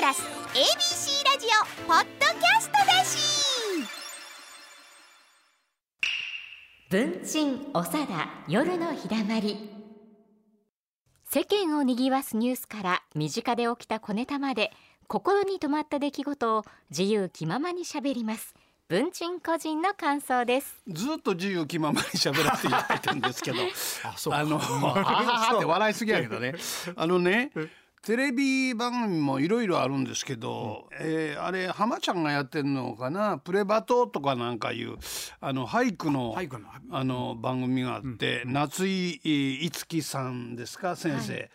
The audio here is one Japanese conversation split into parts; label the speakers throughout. Speaker 1: ラス ABC ラジオポッドキャストだし
Speaker 2: 文鎮おさだ夜のひだまり世間をにぎわすニュースから身近で起きた小ネタまで心に留まった出来事を自由気ままにしゃべります文鎮個人の感想です
Speaker 3: ずっと自由気ままに喋らせていただいてるんですけど
Speaker 4: あ、そ う
Speaker 3: あ
Speaker 4: か。
Speaker 3: のあははって笑いすぎやけどねあの ねテレビ番組もいろいろあるんですけど、えーあれ浜ちゃんがやってるのかな「プレバト」とかなんかいうあの俳句の
Speaker 4: 俳句の
Speaker 3: あの番組があって、夏井いつきさんですか先生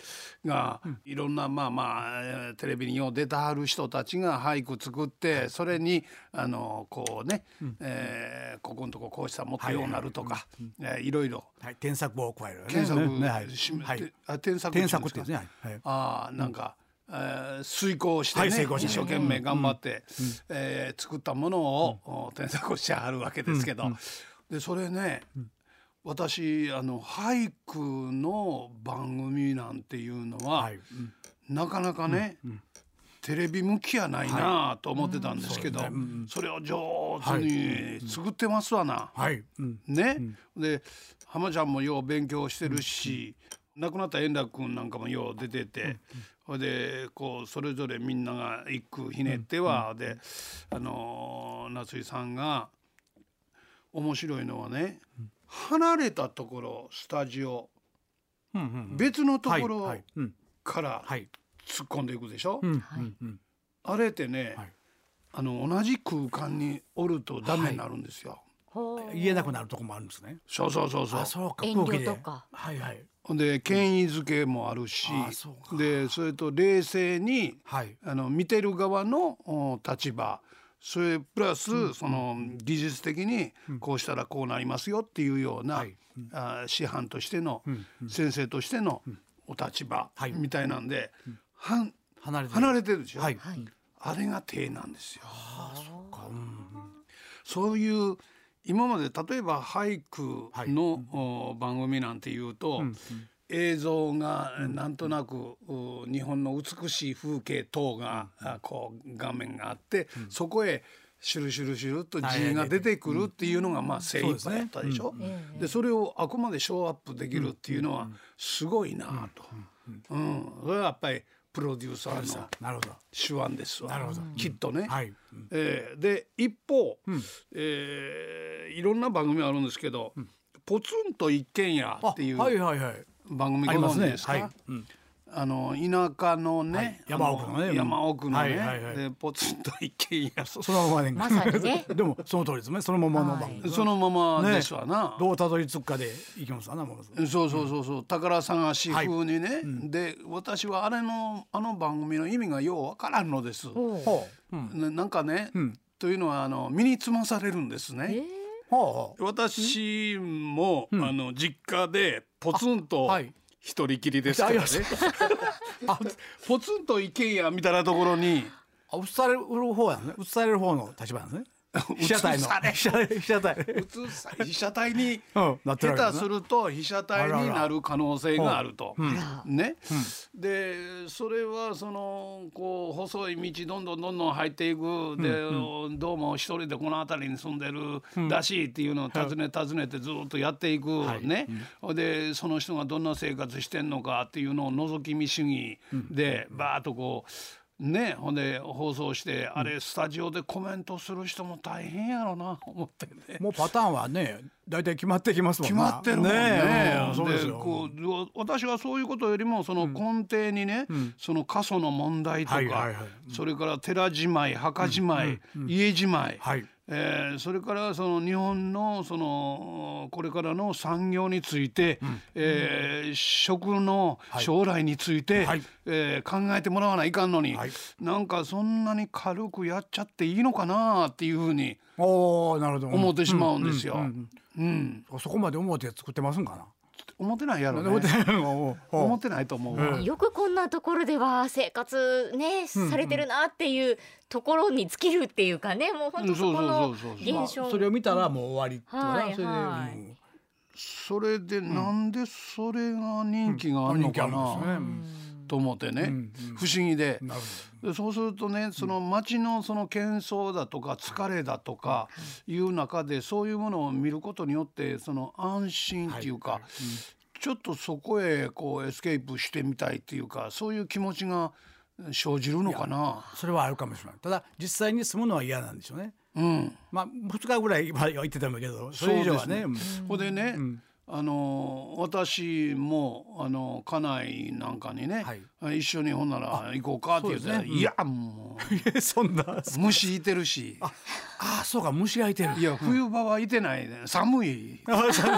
Speaker 3: が、い、ろんなまあまあえーテレビによう出たはる人たちが俳句作って、それにあのこうね、えーここのとここうしたらもっとようなるとか、えーいろいろ
Speaker 4: はい、添削を加える、ね。
Speaker 3: 検索
Speaker 4: ね、はい。
Speaker 3: し
Speaker 4: はい
Speaker 3: てあ添削
Speaker 4: 添削ってですね。はい。
Speaker 3: ああなんか、えー遂行してね、
Speaker 4: はい遂行して
Speaker 3: 一生懸命頑張って、えー作ったものを、お添削してあるわけですけど、でそれね、私あの俳句の番組なんていうのは、
Speaker 4: はい。うん
Speaker 3: なかなかね、テレビ向きやないなあと思ってたんですけど、
Speaker 4: うんそ
Speaker 3: そ
Speaker 4: うですね
Speaker 3: れを上手に作ってますわな。
Speaker 4: はい。うん。
Speaker 3: ね、で浜ちゃんもよう勉強してるし、亡くなった円楽君なんかもよう出てて、ほいでこうそれぞれみんなが一句ひねっては、であのー夏井さんが面白いのはね、離れたところスタジオ
Speaker 4: うんうん。
Speaker 3: 別のとこ
Speaker 4: は
Speaker 3: ろ
Speaker 4: い。うん。
Speaker 3: から
Speaker 4: はい。
Speaker 3: 突っ込んでいくでしょ、
Speaker 4: うん。
Speaker 2: はい
Speaker 4: うんうん。
Speaker 3: あれってね、
Speaker 4: はい
Speaker 3: あの同じ空間におるとダメになるんですよ。
Speaker 4: 言えなくなるとこもあるんですね。
Speaker 3: そうそうそうそう
Speaker 4: あ、そうか。
Speaker 2: 遠慮
Speaker 4: 空気で
Speaker 2: とか
Speaker 4: はいはい。
Speaker 3: ほんで権威づけもあるし、
Speaker 4: あそうか
Speaker 3: でそれと冷静に
Speaker 4: はい。
Speaker 3: あの見てる側のお立場それプラス、その技術的にこうしたらこうなりますよっていうような、
Speaker 4: はい
Speaker 3: あ師範としての、先生としてのお立場
Speaker 4: はい
Speaker 3: みたいなんで、はん
Speaker 4: 離れて。
Speaker 3: 離
Speaker 4: れ
Speaker 3: れてるでしょ、
Speaker 4: はい。
Speaker 2: はい
Speaker 3: あれが手なんですよ。
Speaker 4: かうん
Speaker 3: そういう今まで例えば俳句の、お番組なんていうと、映像がなんとなく、う日本の美しい風景等が、あこう画面があって、そこへシュルシュルシュルっと字が出てくるっていうのがまあ精
Speaker 4: そうで
Speaker 3: 一
Speaker 4: す
Speaker 3: 杯
Speaker 4: ね
Speaker 3: だったでしょ。でそれをあくまでショーアップできるっていうのはすごいなと、うん、それはやっぱりプロデューサーの
Speaker 4: なるほど。
Speaker 3: 手腕ですわ。
Speaker 4: なるほど
Speaker 3: きっとね。
Speaker 4: はい。うん
Speaker 3: えーで一方、えーいろんな番組あるんですけど「ポツンと一軒家」
Speaker 4: あ、
Speaker 3: っていう
Speaker 4: はいはいはい。
Speaker 3: 番組ご
Speaker 4: ありま
Speaker 3: 存
Speaker 4: す
Speaker 3: 知
Speaker 4: ね
Speaker 3: で。すか
Speaker 4: はい。うん。
Speaker 3: あの田舎のね、
Speaker 4: はい
Speaker 3: あ
Speaker 4: 山奥のね
Speaker 3: 山奥のね、
Speaker 4: はいはいはい
Speaker 3: でポツンと一軒家そ
Speaker 4: そそのままね。
Speaker 2: まさにね
Speaker 4: でもその通りですね。そのままの番組。
Speaker 3: そのままですわな、
Speaker 4: どうたどり着くかでいきますわなもう
Speaker 3: そうそうそうそう宝探し風にね、で私はあれのあの番組の意味がようわからんのです。
Speaker 4: ほう。うん。
Speaker 3: ななんかね、
Speaker 4: ん
Speaker 3: というのはあの身につまされるんですね。
Speaker 4: ほうほう。
Speaker 3: 私も、あの実家でポツンと
Speaker 4: あはい
Speaker 3: 一人きりですからね、
Speaker 4: あそう
Speaker 3: ポツンと一軒家みたいなところに
Speaker 4: あ、映される方やね。映される方の立場なんですね。 被写体の。被写体。被写体。
Speaker 3: 普通さ被写体に
Speaker 4: うん
Speaker 3: 下
Speaker 4: なってるわけですね
Speaker 3: 手すると被写体になる可能性があると。ね、でそれはそのこう細い道どんどんどんどん入っていくで、どうも一人でこの辺りに住んでるらしいっていうのを尋ね尋ねてずっとやっていく、ね、でその人がどんな生活してんのかっていうのを覗き見主義でバーッとこう。ね、ほんで放送して、あれスタジオでコメントする人も大変やろな思ってね。
Speaker 4: もうパターンはね、大体決まってきますも
Speaker 3: 決
Speaker 4: んな
Speaker 3: まってるもんね。
Speaker 4: えそうです
Speaker 3: で
Speaker 4: よ。
Speaker 3: こうわ私はそういうことよりもその根底にね、その過疎の問題とか、
Speaker 4: はいはいはい
Speaker 3: それから寺じまい墓じまい、家じまい、
Speaker 4: はい
Speaker 3: えーそれからその日本のそのこれからの産業について、えー食の将来について、
Speaker 4: はい
Speaker 3: えー考えてもらわないかんのに、
Speaker 4: はい
Speaker 3: なんかそんなに軽くやっちゃっていいのかなっていうふうに
Speaker 4: おお、なるほど。
Speaker 3: 思ってしまうんですよ。うん
Speaker 4: そこまで思って作ってますんかな。
Speaker 3: 思ってないやろ
Speaker 4: 思って
Speaker 3: ね。
Speaker 4: おうおう
Speaker 3: 思ってないと思うわ。
Speaker 4: うん
Speaker 2: よくこんなところでは生活ね、されてるなっていうところに尽きるっていうかねもう本当そこの
Speaker 3: うんそうそうそうそう
Speaker 4: まあ
Speaker 2: 現象
Speaker 4: それを見たらもう終わりってこと
Speaker 2: はい
Speaker 4: な
Speaker 2: はい
Speaker 3: それでなんでそれが人気があ
Speaker 4: それ
Speaker 3: る
Speaker 4: でうん
Speaker 3: の
Speaker 4: 人気あ
Speaker 3: か
Speaker 4: る
Speaker 3: な、
Speaker 4: んですね。
Speaker 3: と思ってね、不思議ででそうするとねその街のその喧騒だとか疲れだとかいう中でそういうものを見ることによってその安心っていうか、ちょっとそこへこうエスケープしてみたいっていうかそういう気持ちが生じるのかな。
Speaker 4: それはあるかもしれないただ実際に住むのは嫌なんでしょうね
Speaker 3: うん、
Speaker 4: まあ2日ぐらいまでは行ってたんだけどそれ以上はね
Speaker 3: そうですほんでね、
Speaker 4: ん
Speaker 3: あの私もあの家内なんかにね、一緒にほんなら行こうかって言って、
Speaker 4: そうですねうん
Speaker 3: いやも
Speaker 4: うん そんな
Speaker 3: う虫いてるし
Speaker 4: ああそうか虫がいてる
Speaker 3: いや冬場はいてないね寒い
Speaker 4: あそう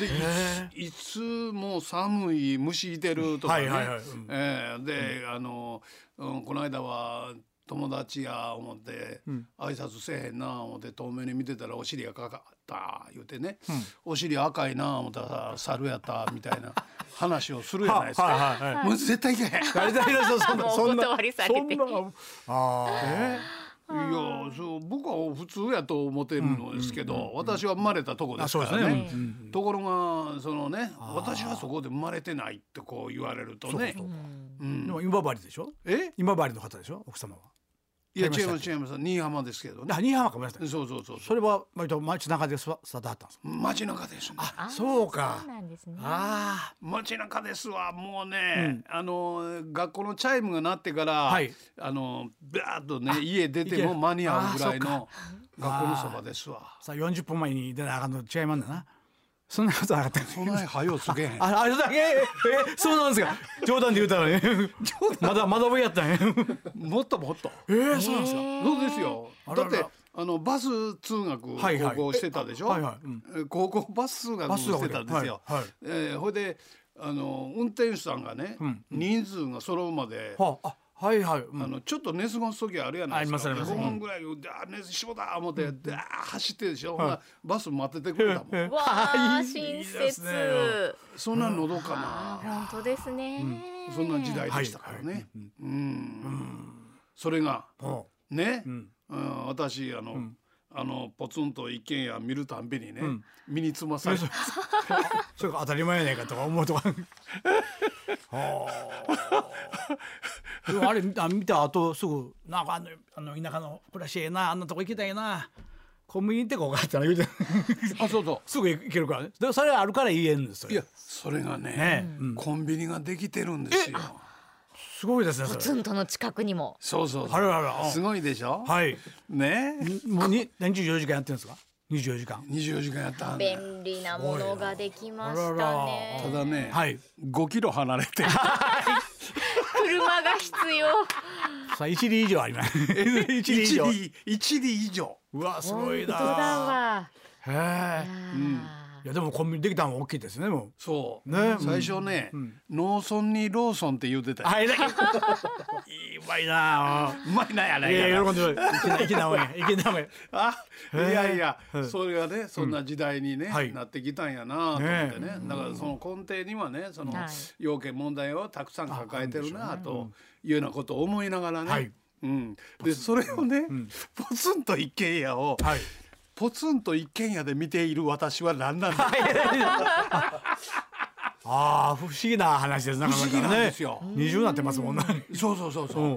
Speaker 3: でいつも寒い虫いてるとかね、
Speaker 4: はいはいはいうん
Speaker 3: えーで、あの、うん、この間は友達や思って、挨拶せえへんな思って遠目に見てたらお尻が赤かった言うてね、お尻赤いな思ったら猿やったみたいな話をするじゃないですか。
Speaker 4: はいはいはい
Speaker 3: もう絶対いけへん。
Speaker 4: 大体の人そんな
Speaker 2: もう
Speaker 4: そんな
Speaker 2: お断りされて
Speaker 4: そんなああ
Speaker 3: いやそう僕は普通やと思ってるのですけど、私は生まれたとこで
Speaker 4: あ
Speaker 3: す
Speaker 4: そう
Speaker 3: か
Speaker 4: です
Speaker 3: ら
Speaker 4: ね
Speaker 3: ね。
Speaker 4: うんうん
Speaker 3: ところがそのね私はそこで生まれてないってこう言われるとね
Speaker 4: そうか
Speaker 3: う
Speaker 4: で
Speaker 3: ん、
Speaker 4: も今治でしょ
Speaker 3: え
Speaker 4: 今治の方でしょ奥様はい
Speaker 3: や
Speaker 4: 違いま
Speaker 3: 違いま
Speaker 4: したっ
Speaker 3: す違います新居浜ですけどね
Speaker 4: あ新居浜かごめんなさい
Speaker 3: そうそうそう
Speaker 4: そ
Speaker 3: そう
Speaker 4: れは割と街中で育育ったんですか
Speaker 3: 街中ですね
Speaker 2: あー
Speaker 4: そうか
Speaker 2: そうなんですね
Speaker 4: あ
Speaker 3: 街中ですわもうね、あの学校のチャイムが鳴ってから、
Speaker 4: はい
Speaker 3: あのバーッとね家出て
Speaker 4: いけ
Speaker 3: も間に合うぐらい
Speaker 4: あーそ
Speaker 3: の学校のそばですわ
Speaker 4: あさあ40分前に出なあかんの違いまんだなそんなことなかった
Speaker 3: そんなに早うつけへん
Speaker 4: ああれだけええそうなんですか冗談で言うたらねまだまだ上やったね
Speaker 3: もっともっと
Speaker 4: ええそうなんですか
Speaker 3: そうですよ。
Speaker 4: あ
Speaker 3: だ
Speaker 4: ら
Speaker 3: っ
Speaker 4: ら
Speaker 3: てあのバス通学
Speaker 4: はいはい
Speaker 3: 高校してたでしょ。
Speaker 4: えあはいはいうん
Speaker 3: え高校バス通学をしてたんですよ。
Speaker 4: バス通学はいはい
Speaker 3: えーほいであの運転手さんがね、人数が揃うまで。
Speaker 4: はああはいはい、うん
Speaker 3: あのちょっと寝過ごす時あるやないですか
Speaker 4: ありますあります
Speaker 3: 5分ぐらいであ寝しもだ思ってであ走ってでしょ、ほなバス待っててくれたもん
Speaker 2: わあ親
Speaker 4: いいで
Speaker 2: 切
Speaker 4: すね
Speaker 3: そんなのどか
Speaker 2: あ
Speaker 3: な、
Speaker 2: ー本当ですね、
Speaker 3: そんな時代でしたからね、
Speaker 4: はいはい
Speaker 3: うん、それが
Speaker 4: ほ
Speaker 3: ね、
Speaker 4: う
Speaker 3: うんん私あの、あのポツンと一軒家見るたんびにね、
Speaker 4: ん
Speaker 3: 身につま されて
Speaker 4: それが当たり前やねんかとか思うとか。でもあれあ見た後すぐなんかあのあの田舎の暮らしええなあんなとこ行きたいなコンビニ行ってこうかってな言う て
Speaker 3: あそうそ
Speaker 4: すぐ行けるからねでもそれあるから言えんですよ
Speaker 3: ういやそれがね
Speaker 4: ねうん
Speaker 3: コンビニができてるんですよ
Speaker 4: すごいですね
Speaker 2: ポ
Speaker 4: そ
Speaker 2: ツ
Speaker 4: れ
Speaker 2: ンとの近くにも
Speaker 3: そうそうそう
Speaker 4: あらあらうん
Speaker 3: すごいでしょ、
Speaker 4: はい
Speaker 3: ね
Speaker 4: もうに24時間やってるんですか24時間
Speaker 3: 24時間やったんだ
Speaker 2: 便利なものができました
Speaker 4: すごいなあ
Speaker 2: ね
Speaker 3: ただね、
Speaker 4: はい
Speaker 3: 5キロ離れて
Speaker 2: 車が必要
Speaker 4: さあ一里以上あります 一里以
Speaker 3: 一
Speaker 4: 上
Speaker 3: 里一里以上
Speaker 4: うわすごい
Speaker 2: 本当だ
Speaker 4: な
Speaker 2: わ
Speaker 4: へえ
Speaker 2: あ
Speaker 4: いやでもコンビニできたのは大きいですねもう
Speaker 3: そう、
Speaker 4: ね
Speaker 3: 最初ね、農村にローソンって言うてたよ
Speaker 4: はい、だけいい、うまいなあ。
Speaker 3: うまいなやないいや
Speaker 4: やい
Speaker 3: い
Speaker 4: や、
Speaker 3: や
Speaker 4: 喜んでる。いきなおい、いきなおい。
Speaker 3: あ い
Speaker 4: ー
Speaker 3: やいや
Speaker 4: うん
Speaker 3: それがねそんな時代にね、
Speaker 4: はい
Speaker 3: なってきたんやなと思ってね
Speaker 4: ね
Speaker 3: だからその根底にはねその
Speaker 2: はい
Speaker 3: 要件問題をたくさん抱えてるなというようなことを思いながらね、
Speaker 4: はい
Speaker 3: うん、でそれをね、ポツンと一軒家を、
Speaker 4: はい。
Speaker 3: ポツンと一軒家で見ている私は何なんだ
Speaker 4: ああ、不思議な話ですね。
Speaker 3: 不思議なんですよ
Speaker 4: 二重になってますもんね。
Speaker 3: そうそうそうそう。
Speaker 4: うん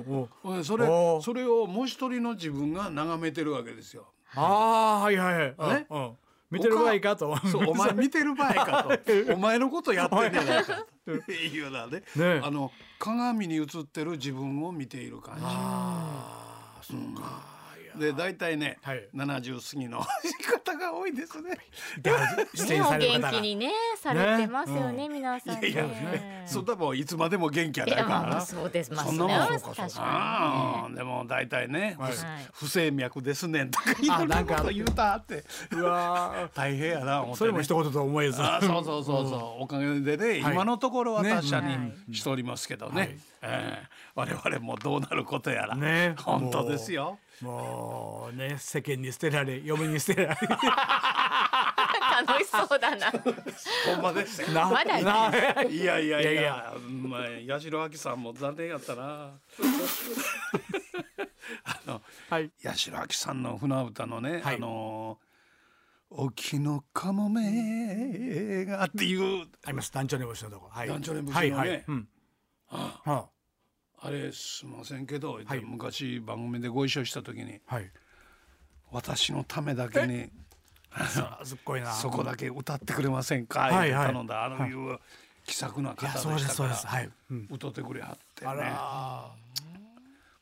Speaker 4: うん
Speaker 3: うんそれ
Speaker 4: おー
Speaker 3: それをもう一人の自分が眺めてるわけですよ。
Speaker 4: ああ、はいはいはい。
Speaker 3: ね
Speaker 4: うんうん見てる場合かと。
Speaker 3: そうお前見てる場合かとお前のことやってんじゃない かというようなね
Speaker 4: ね
Speaker 3: あの鏡に映ってる自分を見ている感じで大体ね、
Speaker 4: はい
Speaker 3: 70過ぎの方が多いです ね。
Speaker 4: で出
Speaker 2: ね
Speaker 4: 演
Speaker 2: お
Speaker 4: される
Speaker 2: 元
Speaker 4: 方が
Speaker 2: 気。にねされてますよね皆さんね
Speaker 3: いやねそんなもんいつまでも元気やない
Speaker 2: いや
Speaker 3: か
Speaker 2: ま
Speaker 3: ら
Speaker 2: あまあ
Speaker 3: な。
Speaker 2: そうですまあ
Speaker 3: そん
Speaker 2: それ
Speaker 3: なもん
Speaker 2: は
Speaker 3: そ
Speaker 2: 確
Speaker 3: うか
Speaker 2: かに
Speaker 3: ああでも大体ね、
Speaker 4: はい
Speaker 3: 不
Speaker 2: はい
Speaker 3: 不整脈ですねんとかいろん
Speaker 4: あな
Speaker 3: なん
Speaker 4: か
Speaker 3: こと言うたって
Speaker 4: うわ
Speaker 3: 大変やな思
Speaker 4: あ。
Speaker 3: って
Speaker 4: そ
Speaker 3: ね、
Speaker 4: れも一言と思えず。
Speaker 3: あそうそうそうそう、おかげでね、今のところは
Speaker 4: ね
Speaker 3: 他社
Speaker 2: は
Speaker 3: に
Speaker 2: い
Speaker 3: しておりますけどね、
Speaker 4: はい
Speaker 3: えー我々もどうなることやら、
Speaker 4: ね
Speaker 3: 本当ですよ。
Speaker 4: もうね、世間に捨てられ、嫁に捨てられ。
Speaker 2: 楽しそうだな
Speaker 3: ほんまですよ。
Speaker 4: な
Speaker 2: まだ
Speaker 4: ない
Speaker 3: やいやいや
Speaker 4: いやい
Speaker 3: まあ八代亜紀さんも残念やったな。あの
Speaker 4: はい。
Speaker 3: 八代亜紀さんの船歌のね、
Speaker 4: はい
Speaker 3: あの沖のカモメがっていう
Speaker 4: あります団長に節のとこはい
Speaker 3: 団長に節のね
Speaker 4: はいはいうん
Speaker 3: あ
Speaker 4: は
Speaker 3: あれすいませんけど、
Speaker 4: はい
Speaker 3: 昔番組でご一緒した時に
Speaker 4: あはい
Speaker 3: 私のためだけに
Speaker 4: あすっごいな
Speaker 3: そこだけ歌ってくれませんか、
Speaker 4: はいはい
Speaker 3: 頼んだあのいう気さくな方
Speaker 4: い
Speaker 3: で
Speaker 4: やそうで
Speaker 3: し
Speaker 4: す
Speaker 3: た
Speaker 4: そ
Speaker 3: か
Speaker 4: う
Speaker 3: ら、
Speaker 4: ですはいうん
Speaker 3: 歌ってくれはって
Speaker 4: あ
Speaker 3: ね
Speaker 4: ら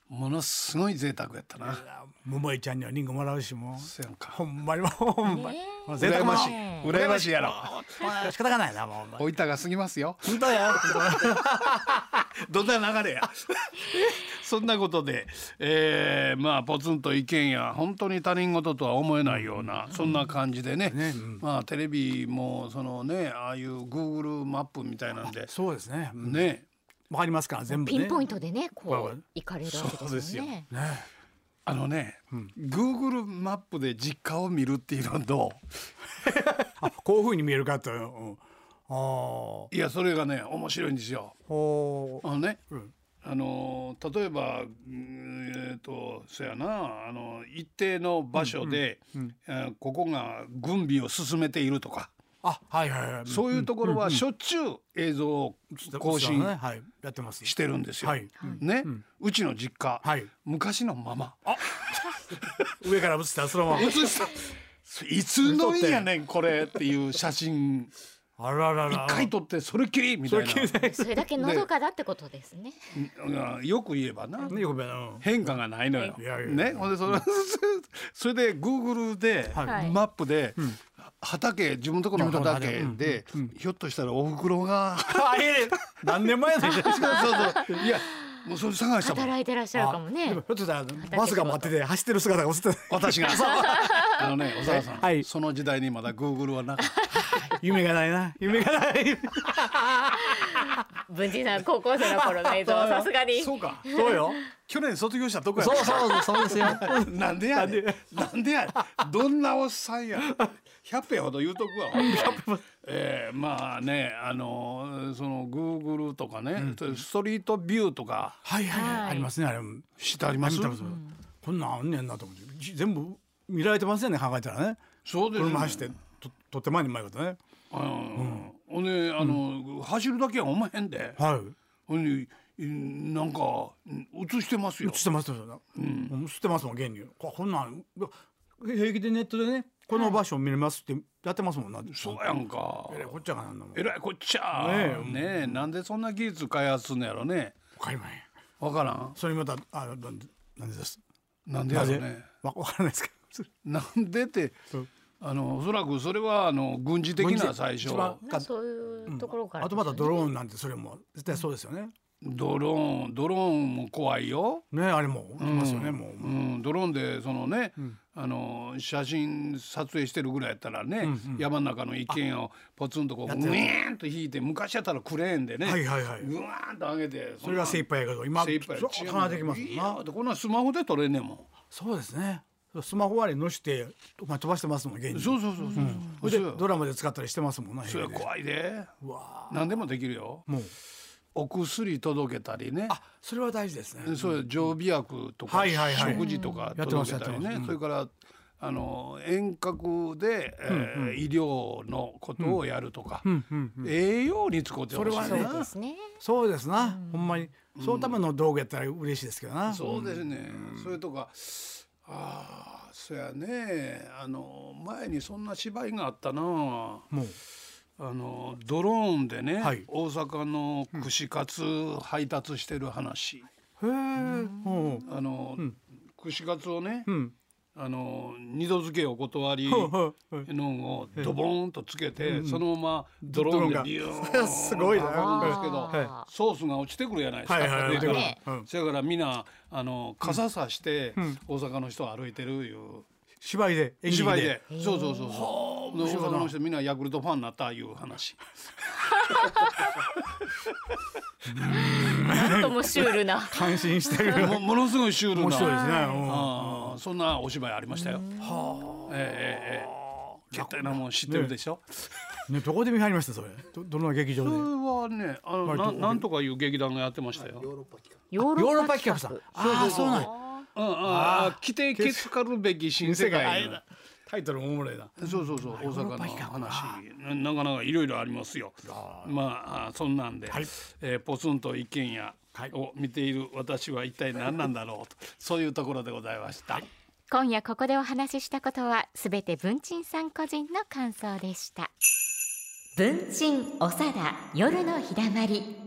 Speaker 3: ものすごい贅沢やったな
Speaker 4: 桃井ちゃんにはリンゴもらうしもう
Speaker 3: せやんか
Speaker 4: ほんまにもうほんまにもう贅
Speaker 3: 羨
Speaker 4: 沢
Speaker 3: ま
Speaker 4: な
Speaker 3: しい羨ましいやろ
Speaker 4: まあ仕方がないな もうほんまに
Speaker 3: お板が過ぎますよ
Speaker 4: 本当や
Speaker 3: どんな流れや そんなことで、えーまあポツンと意見や本当に他人事とは思えないようなそんな感じでね,、まあテレビもそのねああいう Google マップみたいなんで
Speaker 4: そうですねうん
Speaker 3: ね
Speaker 4: わかりますから全部
Speaker 2: ピ
Speaker 4: ね
Speaker 2: ンポイントでねこ
Speaker 4: わか
Speaker 2: う
Speaker 4: る
Speaker 2: 行かれるわけ
Speaker 3: そうで
Speaker 2: です
Speaker 3: す
Speaker 2: よ
Speaker 3: よ
Speaker 2: ね
Speaker 4: ね
Speaker 3: あのね、Google マップで実家を見るっていうのはど
Speaker 4: あこういう風に見えるかとうんあー
Speaker 3: ういやそれがね面白いんですよ。
Speaker 4: ほ
Speaker 3: あのね、
Speaker 4: うん
Speaker 3: あの例えば、うんえー、とそやなあの一定の場所で、えーここが軍備を進めているとか、
Speaker 4: あはいはいはい
Speaker 3: そういうところはしょっちゅう映像を更新
Speaker 4: ねはいやってます
Speaker 3: してるんですよ。
Speaker 4: はい
Speaker 3: ね、うちの実家、
Speaker 4: はい
Speaker 3: 昔のまま
Speaker 4: 上から映したそのまま
Speaker 3: 写した いつの日やねんこれっていう写真
Speaker 4: あららら
Speaker 3: 一回撮ってそれっきりみたい
Speaker 2: それだけのどかだってことですね
Speaker 3: なよく言えばな
Speaker 4: ねごめんうん
Speaker 3: 変化がないのよ。
Speaker 4: いやいや
Speaker 3: ね、ほんでそれ それで Google で
Speaker 2: はい
Speaker 3: マップで畑自分のところの畑でひょっとしたらお袋が
Speaker 4: あええ何年前だよ
Speaker 3: そうそういやもうそれ探したもん
Speaker 2: 働いてらっしゃるかも
Speaker 4: で
Speaker 2: ね
Speaker 4: もひょっとしたらバスが待ってて走ってる姿が映ってた
Speaker 3: 私があのね小沢さん、
Speaker 4: はい
Speaker 3: その時代にまだ Google はなかった
Speaker 4: 夢がないな夢がない
Speaker 2: 文治さん高校生の頃の映像はさすがに
Speaker 3: そうか
Speaker 4: そうよ
Speaker 3: 去年卒業したとこや
Speaker 4: そうそうそうですよ
Speaker 3: なんでやねんなんでやねんどんなおっさんや100遍ほど言うとくわ ほんまえーまあねあのそのグーグルとかね、ストリートビューとか
Speaker 4: はいはいはい
Speaker 2: はい
Speaker 4: ありますねあれも
Speaker 3: してあります
Speaker 4: 多分そうこんなんあんねんなと思ってじ全部見られてますよね考えたらね
Speaker 3: そうですね
Speaker 4: 車走ってととって前に前ことね
Speaker 3: うんほんであの、走るだけはおまへんで、
Speaker 4: はい
Speaker 3: ほんでうんなんかうん映してますよ
Speaker 4: 映ってますよ、うん、映ってますもん現にここんなん平気でネットでねこの場所見れますってやってますもんな、
Speaker 3: そうやんか
Speaker 4: えらいこっちゃがなんだもん
Speaker 3: え
Speaker 4: わ
Speaker 3: らいこっちゃねえなんでそんな技術開発すんのやろね
Speaker 4: かりまへん
Speaker 3: わからん
Speaker 4: それまたあなんでなんでです
Speaker 3: なんでや
Speaker 4: な
Speaker 3: ろ
Speaker 4: ぜ
Speaker 3: ね
Speaker 4: わわからないですけど
Speaker 3: なんでって
Speaker 4: うん
Speaker 3: あのおそらくそれはあの軍事的な最
Speaker 4: 一
Speaker 3: 初
Speaker 4: 番
Speaker 2: まあそういうところから
Speaker 4: あとまたドローンなんてそれも絶対そうですよね
Speaker 3: ドローンドローンも怖いよ、
Speaker 4: ねあれもいますよね、もう
Speaker 3: うん、ドローンでそのね、あの写真撮影してるぐらいやったらね、山の中の一軒家をポツンとこうグイーンと引いて昔やったらクレーンでね、
Speaker 4: はいはいはい
Speaker 3: グワーンと上げて
Speaker 4: それが精一杯やけど今
Speaker 3: 精一杯
Speaker 4: そう考えてきますも
Speaker 3: い
Speaker 4: ん
Speaker 3: や
Speaker 4: な
Speaker 3: こんなんスマホで撮れんねんもん
Speaker 4: そうですねスマホあれのしてお前飛ばしてますもん現に
Speaker 3: そうそうそうそう、
Speaker 4: それでドラマで使ったりしてますもんな
Speaker 3: それ
Speaker 4: 平気で
Speaker 3: 怖いで
Speaker 4: うわ
Speaker 3: 何でもできるよ
Speaker 4: ーもう
Speaker 3: お薬届けたりね
Speaker 4: あそれは大事ですね
Speaker 3: そういう常備薬とか、
Speaker 4: はいはいはい
Speaker 3: 食事とか
Speaker 4: やってます
Speaker 3: 届けたり
Speaker 4: や
Speaker 3: ね、
Speaker 4: ってます
Speaker 3: それからあの遠隔で、えー医療のことをやるとか、栄養に使ってほしいな
Speaker 4: それは
Speaker 2: そうですね
Speaker 4: そうですな、ほんまにそのための道具やったら嬉しいですけどな、
Speaker 3: そうですね、それとかああそやねあの前にそんな芝居があったな
Speaker 4: もう
Speaker 3: あのドローンでね、
Speaker 4: はい
Speaker 3: 大阪の串カツ配達してる話、
Speaker 4: へえうん
Speaker 3: あの、串カツをね、
Speaker 4: うん
Speaker 3: あの二度漬けお断り
Speaker 4: は
Speaker 3: の
Speaker 4: いはい
Speaker 3: をドボーンとつけて、そのままドローンでビューン
Speaker 4: すごいな
Speaker 3: 運ぶんですけど、
Speaker 2: は
Speaker 3: ソースが落ちてくるじゃないですか、
Speaker 4: はいはいはい
Speaker 3: 上から、
Speaker 2: ね
Speaker 4: うん
Speaker 3: それからみんなあの傘さして大阪の人歩いてるいう。
Speaker 4: 芝居で演劇
Speaker 3: 芝居で、そうそうそうそう。で大阪の人みんなヤクルトファンになったいう話。
Speaker 2: なんともシュールな
Speaker 4: 感心して る
Speaker 3: もものすごいシュールな。
Speaker 4: 面白いですね、うん
Speaker 3: あーそんなお芝居ありましたよ。はあ。ええええ。絶対なもん知ってるでしょ。
Speaker 4: ね、どこで見張りましたそれどどの劇場で
Speaker 3: それ
Speaker 4: ヨ
Speaker 3: はね、あの
Speaker 4: 割と
Speaker 3: ななんとかいう劇団がやってましたよ。うんうん
Speaker 2: ヨー
Speaker 4: ー
Speaker 2: ロ
Speaker 4: ロ
Speaker 2: ッ
Speaker 4: ッ
Speaker 2: パ
Speaker 4: パ企
Speaker 2: 企
Speaker 4: 画さんああそうなんや
Speaker 3: ああ、来てけつかるべき新世界。
Speaker 4: タイトルもおもろいな。
Speaker 3: そうそうそう、大阪の話、なかなかいろいろありますよ。まあ、そんなんで、えーポツンと一軒家を見ている私は一体何なんだろうと、そういうところでございました。
Speaker 2: 今夜ここでお話ししたことはすべて文鎮さん個人の感想でした文鎮おさだ夜のひだまり